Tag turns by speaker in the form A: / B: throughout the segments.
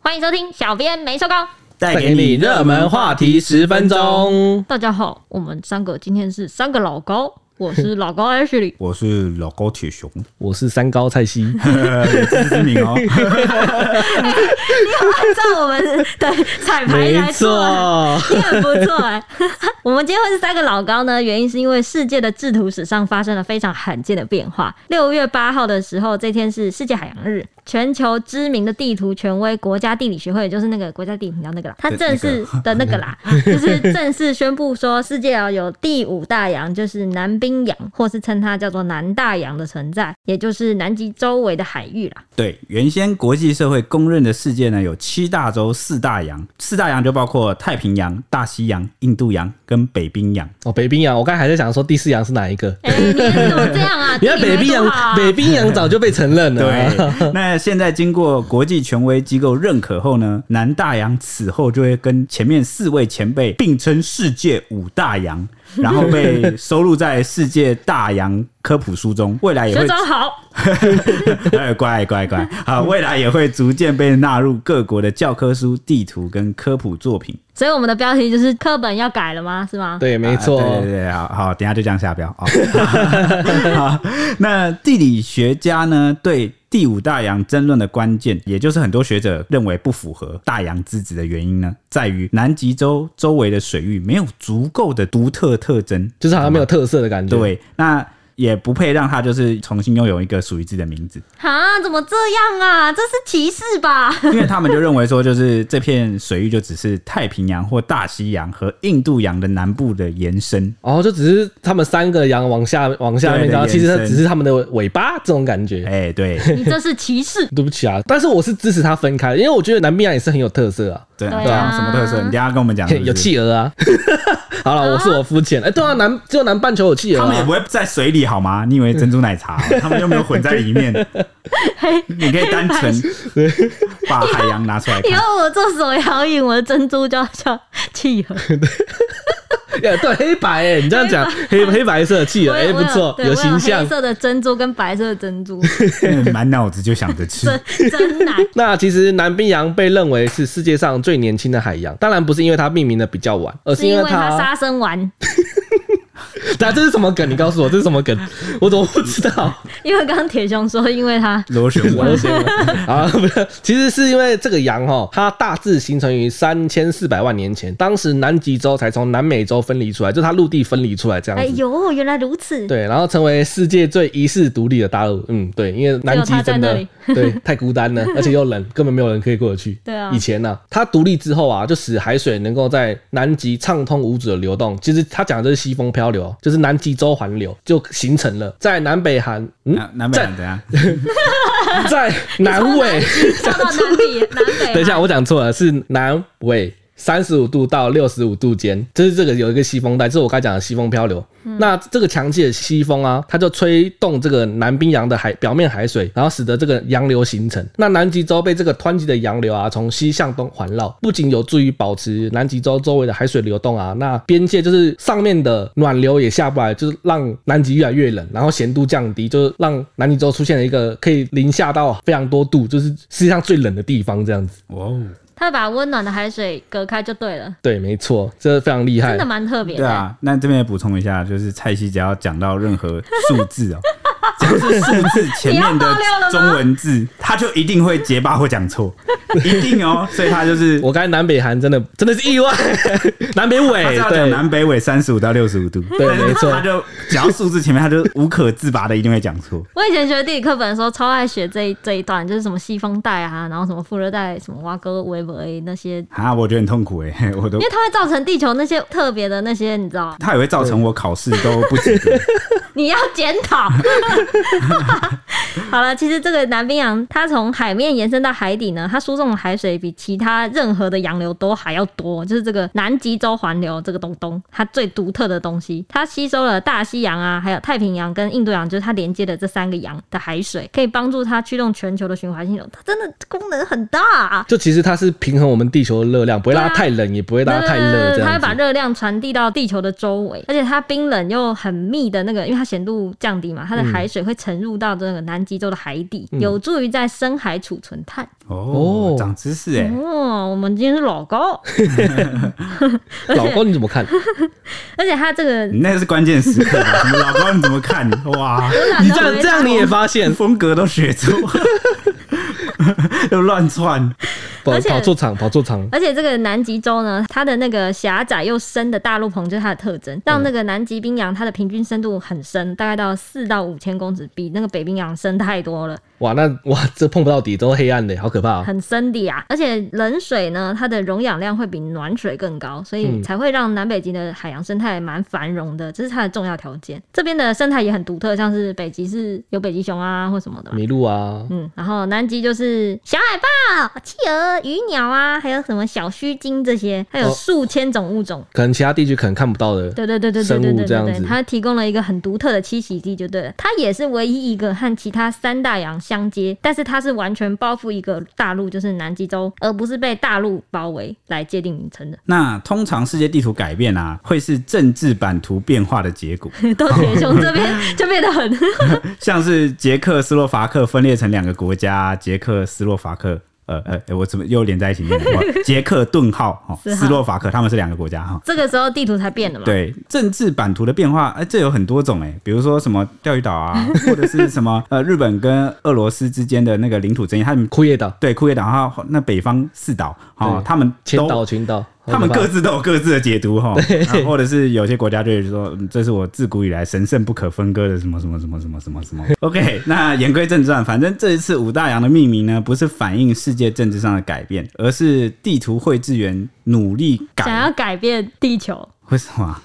A: 欢迎收听《小编没收工》。
B: 带
C: 带给你热门话题十分。钟。
A: 大家好，我们三个今天是三个老高，我是老高 Ashley。
B: 我是老高铁熊，
C: 我是三高蔡西，
B: 有自知之明哦。
A: 按照我们的彩排来啊
C: 没
A: 做，
C: 错，
A: 你很不错哎、 我们今天会是三个老高呢，原因是因为世界的制图史上发生了非常罕见的变化。六月八号的时候，这天是世界海洋日，全球知名的地图权威国家地理学会，也就是那个国家地理频道那个啦，它正式的那个 啦，就是正式宣布说世界啊有第五大洋，就是南冰洋，或是称它叫做南大洋的存在，也就是南极周围的海 域啦。
B: 对，原先国际社会公认的世界呢，有七大洲、四大洋。四大洋就包括太平洋、大西洋、印度洋跟北冰 洋。
C: 哦，北冰洋，我刚才还在想说第四洋是哪一个？
A: 哎、你怎么这样啊？
C: 原来北冰
A: 地理没多好
C: 洋，
A: 啊
C: 北冰洋早就被承认了啊。
B: 对，那现在经过国际权威机构认可后呢，南大洋此后就会跟前面四位前辈并称世界五大洋，然后被收录在世界大洋科普书中。未来也
A: 学
B: 会
A: 长好。
B: 哎，乖乖乖，好，未来也会逐渐被纳入各国的教科书、地图跟科普作品。
A: 所以我们的标题就是课本要改了吗？是吗？
C: 对，没
B: 啊
C: 错
B: 对对，对，好好， 等一下就这样下标啊、哦好。那地理学家呢，对第五大洋争论的关键，也就是很多学者认为不符合大洋之子的原因呢，在于南极洲周围的水域没有足够的独特特征，
C: 就是好像没有特色的感觉。，
B: 对，那也不配让它就是重新拥有一个属于自己的名字。
A: 啊，怎么这样啊？这是歧视 吧？
B: 因为他们就认为说，就是这片水域就只是太平洋或大西洋和印度洋的南部的延伸。
C: 哦，就只是他们三个洋往下往下面，
B: 对
C: 然后其实
B: 延
C: 它
B: 伸
C: 只是他们的尾巴这种感觉。。
B: 哎、 对
A: 你这是歧视
C: 对不起啊，但是我是支持它分开的，因为我觉得南冰洋也是很有特色啊。
B: 对啊，
A: 对啊
B: 对啊，什么特色？你等一下跟我们讲是不是
C: 有，企鹅啊。 好了，我是我肤浅。哎、对啊，南只有南半球有企鹅、
B: 他们也
C: 啊
B: 不。会在水里好吗？你以为珍珠奶 茶哦、他们又没有混在里面，你可以单纯把海洋拿出来
A: 以
B: 看。
A: 后我做手摇饮，我的珍珠就要叫企 鹅。
C: 哎 对，黑白哎、你这样讲，黑黑白色的企鹅，
A: 我
C: 哎、不错，
A: 对我有
C: 形象
A: 黑。色的珍珠跟白色的珍 珠，
B: 嗯满脑子就想着吃，
A: 真真奶。
C: 那其实南冰洋被认为是世界上最年轻的海洋，当然不是因为它命名的比较晚，而
A: 是
C: 因
A: 因
C: 为
A: 为它
C: 它……
A: 杀生丸，
C: 那这是什么梗？你告诉我这是什么梗？我怎么不知道？
A: 因为刚刚铁熊说，因为 它
B: 螺旋
C: 我
B: 丸
C: 都先了啊，不是，其实是因为这个洋哈，它大致形成于三千四百万年前，当时南极洲才从南美洲分离出来，就是它陆地分离出来这样
A: 哎
C: 子。
A: 呦，原来如 此。
C: 对，然后成为世界最遗世独立的大陆。嗯，对，因为南极真的
A: 只有
C: 对太孤单 了，而且又冷，根本没有人可以过得去。
A: 对啊
C: 以前呢、它独立之后啊，就使海水能够在南极畅通无阻的流动。其实它讲的就是西风漂流，就是南极洲环流就形成了，在南北韩， 嗯，
B: 南南北洋怎样？
C: 在南纬，
A: 跳到南北南北啊，
C: 等一下我讲错了，是南纬。三十五度到六十五度间，就是这个有一个西风带，这是我刚才讲的西风漂流。那这个强劲的西风啊，它就吹动这个南冰洋的海表面海水，然后使得这个洋流形成。那南极洲被这个湍急的洋流啊，从西向东环绕，不仅有助于保持南极洲周围的海水流动啊，那边界就是上面的暖流也下不来，就是让南极越来越冷，然后咸度降低，就是让南极洲出现了一个可以零下到非常多度，就是世界上最冷的地方这样子。
B: 哇哦，
A: 它把温暖的海水隔开就对了，
C: 对，没错，这非常厉害
A: 真的。蛮特别
B: 对
A: 的。
B: 啊，那这边也补充一下，就是蔡西只要讲到任何数字哦、只要是数字前面的中文字，他就一定会结巴或讲错，一定哦、所以他就是
C: 我刚才南北韩真的真的是意外， 南北
B: 他是
C: 纬
B: 要讲
C: 对
B: 南北纬三十五到六十五度，
C: 对没错
B: 他就只要数字前面，他就无可自拔的一定会讲错。
A: 我以前学地理课本的时候，超爱学这一这一段，就是什么西风带啊，然后什么副热带、什么蛙哥、维伯 A 那些，因
B: 啊，我觉得很痛苦哎、 我都
A: 为它会造成地球那些特别的那些，你知道，
B: 他也会造成我考试都不及格。
A: 你要检讨。好了，其实这个南冰洋它从海面延伸到海底呢，它输送的海水比其他任何的洋流都还要多，就是这个南极洲环流这个东东，它最独特的东西，它吸收了大西洋啊，还有太平洋跟印度洋，就是它连接的这三个洋的海水，可以帮助它驱动全球的循环系统，它真的功能很大、啊。
C: 就其实它是平衡我们地球的热量，不会让它太冷，也不会让它太热，这
A: 它会
C: 样
A: 啊把
C: 子。
A: 热量传递到地球的周围，而且它冰冷又很密的那个，因为它咸度降低嘛，它的海水会沉入到这个南南极洲的海底，
C: 嗯
A: 有助于在深海储存碳。
B: 哦
C: 哦，
B: 长知识哎、
A: 哦，我们今天是老高，
C: 老 公你怎么看？
A: 而且它这个
B: 你那是关键时刻吧？什么老高你怎么看？哇，
C: 你这样这样你也发现，
B: 风格都学 错，又乱窜。
C: 跑
A: 而且
C: 跑错场，跑错场。
A: 而且这个南极洲呢，它的那个狭窄又深的大陆棚就是它的特
C: 嗯
A: 征，让那个南极冰洋它的平均深度很深，大概到四到五千公尺，比那个北冰洋深太多了，
C: 哇，那哇，这碰不到底，都黑暗的，好可怕、哦。
A: 很深的呀。而且冷水呢，它的溶氧量会比暖水更高，所以
C: 嗯
A: 才会让南北极的海洋生态蛮繁荣的，这是它的重要条件。这边的生态也很独特，像是北极是有北极熊啊或什么的嘛。
C: 麋鹿啊，
A: 嗯，然后南极就是小海豹、企鹅、鱼鸟啊，还有什么小须鲸这些，还有
C: 哦
A: 数千种物种。
C: 可能其他地区可能看不到的。
A: 对对对对对
C: 生
A: 对
C: 物
A: 对
C: 这样
A: 对对，
C: 子
A: 它提供了一个很独特的栖息地，就对了。它也是唯一一个和其他三大洋相接，但是它是完全包覆一个大陆，就是南极洲，而不是被大陆包围来界定名称的。
B: 那通常世界地图改变啊，会是政治版图变化的结果，
A: 豆田兄这边就变得很
B: 像是捷克斯洛伐克分裂成两个国家，捷克斯洛伐克。呃呃，呃我怎么又连在一起念了？ 哇捷克顿号哦，
A: 是哈
B: 斯洛伐克，他们是两个国家哈。
A: 这个时候地图才变的嘛。
B: 对政治版图的变化，哎、这有很多种哎、比如说什么钓鱼岛 啊，或者是什么呃日本跟俄罗斯之间的那个领土争议，他们
C: 库页岛、
B: 对库页岛，还有那北方四岛，哦
C: 对，
B: 他们
C: 千岛
B: 都
C: 群岛，
B: 他们
C: 好可
B: 各
C: 怕
B: 自都有各自的解读 哈、啊或者是有些国家就会说、嗯这是我自古以来神圣不可分割的什么什么什么什么什么 什么。OK，那言归正传，反正这一次五大洋的命名呢，不是反映世界政治上的改变，而是地图绘制员努力
A: 想
B: 改。
A: 要改变地球，
B: 为什么啊、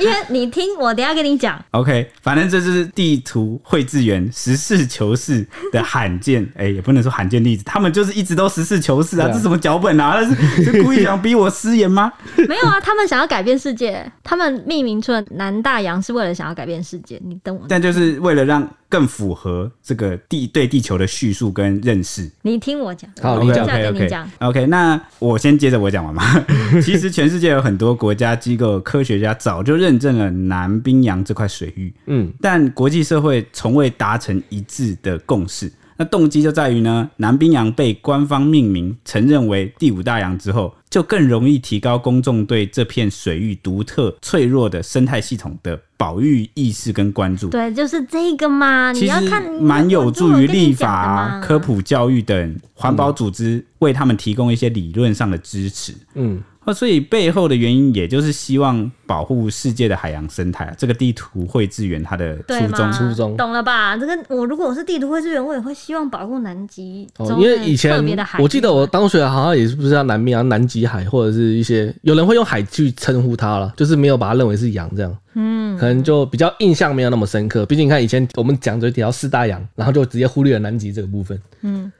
A: 因为你听我，等一下跟你讲，
B: OK，反正这就是地图绘制员实事求是的罕见， 哎、也不能说罕见例子，他们就是一直都实事求是啊，
C: 对啊
B: 这什么脚本啊？他是是故意想逼我失言吗？
A: 没有啊，他们想要改变世界，他们命名出了南大洋是为了想要改变世界。你等我，
B: 但就是为了让更符合这个地对地球的叙述跟认识。
A: 你听我讲，
C: 好
A: 我
C: 你
A: 等一
C: 讲
A: 下
B: OK
A: 跟你
B: OK
A: 讲。
B: OK，那我先接着我讲完嘛。 其实全世界有很多国家机构、科学家早就认证了南冰洋这块水域，
C: 嗯，
B: 但国际社会从未达成一致的共识。那动机就在于呢，南冰洋被官方命名承认为第五大洋之后，就更容易提高公众对这片水域独特脆弱的生态系统的保育意识跟关注。
A: 对，就是这个嘛。你
B: 嗯其实
A: 要看
B: 蛮有助于立法、
A: 科
B: 科
A: 普。
B: 普教育等环保组织为他们提供一些理论上的支持。
C: 嗯，
B: 那所以背后的原因，也就是希望保护世界的海洋生态啊。这个地图绘制员他的
A: 对
B: 初衷
A: 嘛，
C: 初衷
A: 懂了吧？这个我如果我是地图绘制员，我也会希望保护南极洲
C: 哦
A: 的、，
C: 因为以前
A: 特别的海域
C: 我记得我当学好像也是不是叫南冰洋、南极海，或者是一些有人会用海去称呼它了，就是没有把它认为是洋这样。嗯，可能就比较印象没有那么深刻。毕竟你看以前我们讲就提到四大洋，然后就直接忽略了南极这个部分。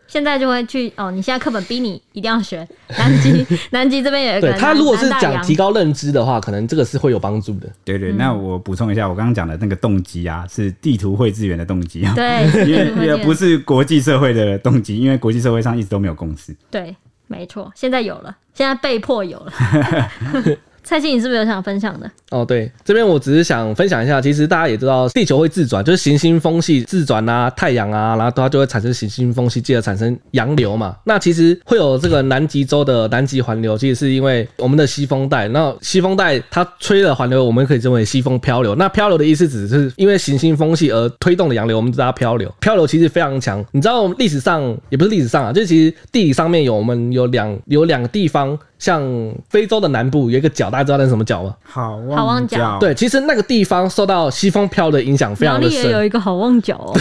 A: 现在就会去哦，你现在课本逼你一定要学 南 极，南极这边有一个
C: 对
A: 南
C: 他如果是
A: 南大
C: 讲
A: 洋
C: 提高认知的话，可能这个是会有帮助的。
B: 对
A: 嗯
B: 对，那我补充一下，我刚刚讲的那个动机啊，是地图绘制员的动机啊，
A: 对，
B: 因
A: 地图绘制
B: 为也
A: 员
B: 不是国际社会的动机，因为国际社会上一直都没有共识。
A: 对，没错，现在有了，现在被迫有 了。蔡欣，你是不是有想分享的？
C: 哦，对，这边我只是想分享一下，其实大家也知道，地球会自转，就是行星风系自转啊，太阳啊，然后它就会产生行星风系，继而产生洋流嘛。那其实会有这个南极洲的南极环流，其实是因为我们的西风带，那西风带它吹了环流，我们可以称为西风漂流。那漂流的意思只是因为行星风系而推动的洋流，我们知道它漂流，漂流其实非常强。你知道我们历史上也不是历史上啊，就是其实地理上面有我们有两有两个地方。像非洲的南部有一个角，大家知道那是什么角吗？
B: 好
A: 好望角
B: 角，
C: 对，其实那个地方受到西风飘的影响非
A: 苗
C: 常的
A: 栗也有
C: 深。
A: 一个好望角哦，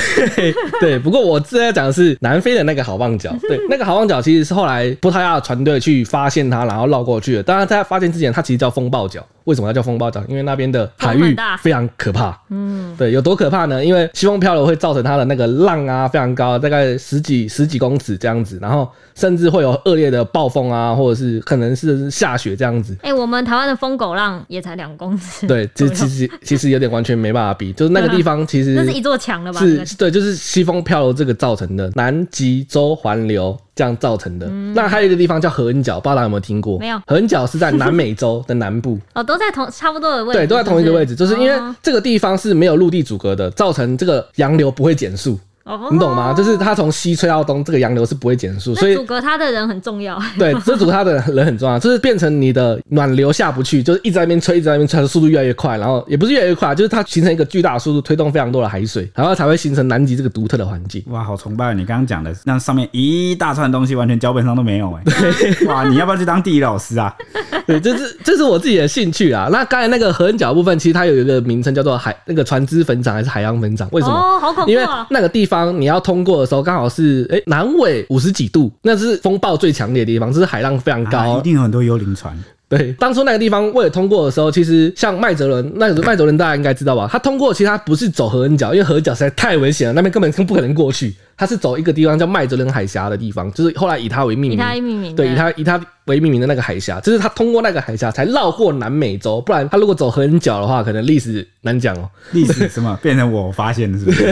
C: 对，不过我正在讲的是南非的那个好 望角。对，那个好望角其实是后来葡萄牙的船队去发现它，然后绕过去的。当然，在它发现之前，它其实叫风暴角。为什么它叫风暴角？因为那边的海
A: 风很
C: 域
A: 大
C: 非常可怕。嗯，对，有多可怕呢？因为西风漂流会造成它的那个浪啊非常高，大概十几十几公尺这样子，然后甚至会有恶劣的暴风啊，或者是可能是下雪这样子。
A: 哎、我们台湾的疯狗浪也才两公尺，
C: 对，
A: 左右
C: 这其实其实有点完全没办法比，就是那个地方其实
A: 那是一座墙了吧？那个
C: 是，对，就是西风漂流这个造成的，南极洲环流这样造成的。那还有一个地方叫合恩角，不知道大家有没有听过？
A: 嗯没有
C: 合恩角是在南美洲的 南部，
A: 哦，都在同差不多的位置，
C: 对，都在同一个位置，就是因为
A: 哦
C: 这个地方是没有陆地阻隔的，造成这个洋流不会减速。
A: 哦
C: 你懂吗？就是它从西吹到东，这个洋流是不会减速，所
A: 那
C: 以
A: 阻隔他的人很重要。
C: 对，这组它的人很重要，就是变成你的暖流下不去，就是一直在那边吹，一直在那边吹，速度越来越快，然后也不是越来越快，就是它形成一个巨大的速度，推动非常多的海水，然后才会形成南极这个独特的环境。
B: 哇，好崇拜你刚刚讲的，那上面一大串东西完全脚本上都没有哎、 哇，你要不要去当地理老师啊？
C: 对，这是这是我自己的兴趣啊。那刚才那个合恩角部分，其实它有一个名称叫做海那个船只坟场还是海洋坟场？为什么？
A: 哦，好恐
C: 因
A: 怖
C: 为
A: 啊！
C: 那个地方你要通过的时候，刚好是哎、南纬五十几度，那是风暴最强烈的地方，这是海浪非常高。
B: 啊一定有很多幽灵船。
C: 对，当初那个地方为了通过的时候，其实像麦哲伦，那个麦哲伦大家应该知道吧？他通过其实他不是走合恩角，因为合恩角实在太危险了，那边根本不可能过去。他是走一个地方叫麦哲伦海峡的地方，就是后来以它为命
A: 以
C: 名。
A: 他命名的，
C: 对，以它以它为命名的那个海峡，就是他通过那个海峡才绕过南美洲，不然他如果走合恩角的话，可能历史难讲哦、
B: 历史什么变成我发现的，是不是？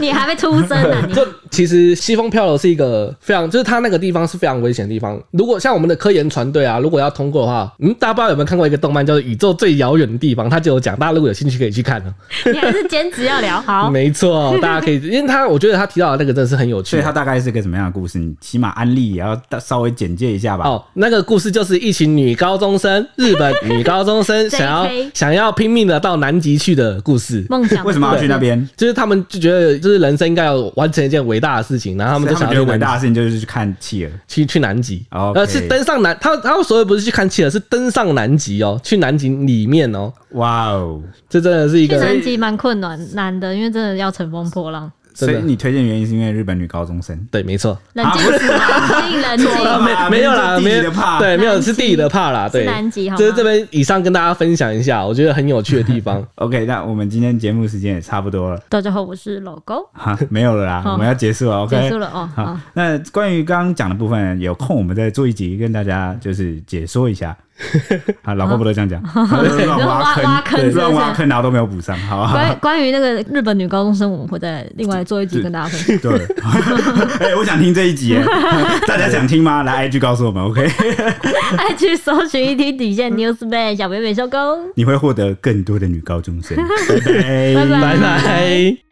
A: 你还没出生啊 呢，你
C: 就其实西风漂流是一个非常，就是它那个地方是非常危险的地方。如果像我们的科研船队啊，如果要通过的话，嗯，大家不知道有没有看过一个动漫叫做《宇宙最遥远的地方》，它就有讲，大家如果有兴趣可以去看哦、
A: 你还是兼职要聊好。
C: 没错，大家可以，因为他我觉得他提到的那个真的是很有趣
B: 所以。它大概是个什么样的故事？你起码安利也要稍微简介一下吧。
C: 哦，那个故事就是一群女高中生，日本女高中 生想要
A: JK
C: 想要拼命的到南极去的故事。
A: 梦想
B: 为什么要去那边？
C: 就是他们就觉得，就是人生应该要完成一件伟大的事情，然后他们就
B: 所以
C: 想
B: 他
C: 要
B: 觉得
C: 去
B: 伟
C: 南
B: 大的事情就是去看企鹅。
C: 去去南极，
B: OK
C: 呃，是登上南，他他们所谓不是去看企鹅，是登上南极哦，去南极里面哦，
B: 哇哦！
C: 这真的是一
A: 去
C: 个
A: 南极蛮困难难的，因为真的要乘风破浪。
C: 真
B: 所以
C: 的
B: 你推荐原因是因为日本女高中生。
C: 对，没错，
A: 冷
B: 啊
A: 静死吧，冷静冷
B: 错了
A: 静。
B: 嘛
C: 没没有啦，
B: 明明
C: 没
B: 就地理的
C: 有
B: 怕。
C: 对，没有
A: 南极
C: 是地理的怕啦，对，
A: 是南极好吗
C: 就是这边以上跟大家分享一下，我觉得很有趣的 地方
B: OK，那我们今天节目时间也差不多了，
A: 大家好，我是老高，
B: 哈，没有了啦，
C: 哦
A: 好
B: 我们要结束了。OK，
A: 结束了哦。
B: 好
A: 好，，
B: 那关于刚刚讲的部分，有空我们再做一集跟大家就是解说 一下。啊，老婆不都这样讲， 乱挖
A: 挖挖坑
B: 坑，
A: 是不是
B: 乱挖坑，然后都没有补上，好不好？
A: 关关于那个日本女高中生，我们会再另外做一集跟大家 分享。
B: 对，哎，我想听这一集 耶，大家想听吗？来 IG 告诉我们，OK，
A: 爱哎去搜寻一听底线 Newsman 小北北收工。
B: 你会获得更多的女高中生。拜拜
A: 拜拜
C: 拜拜。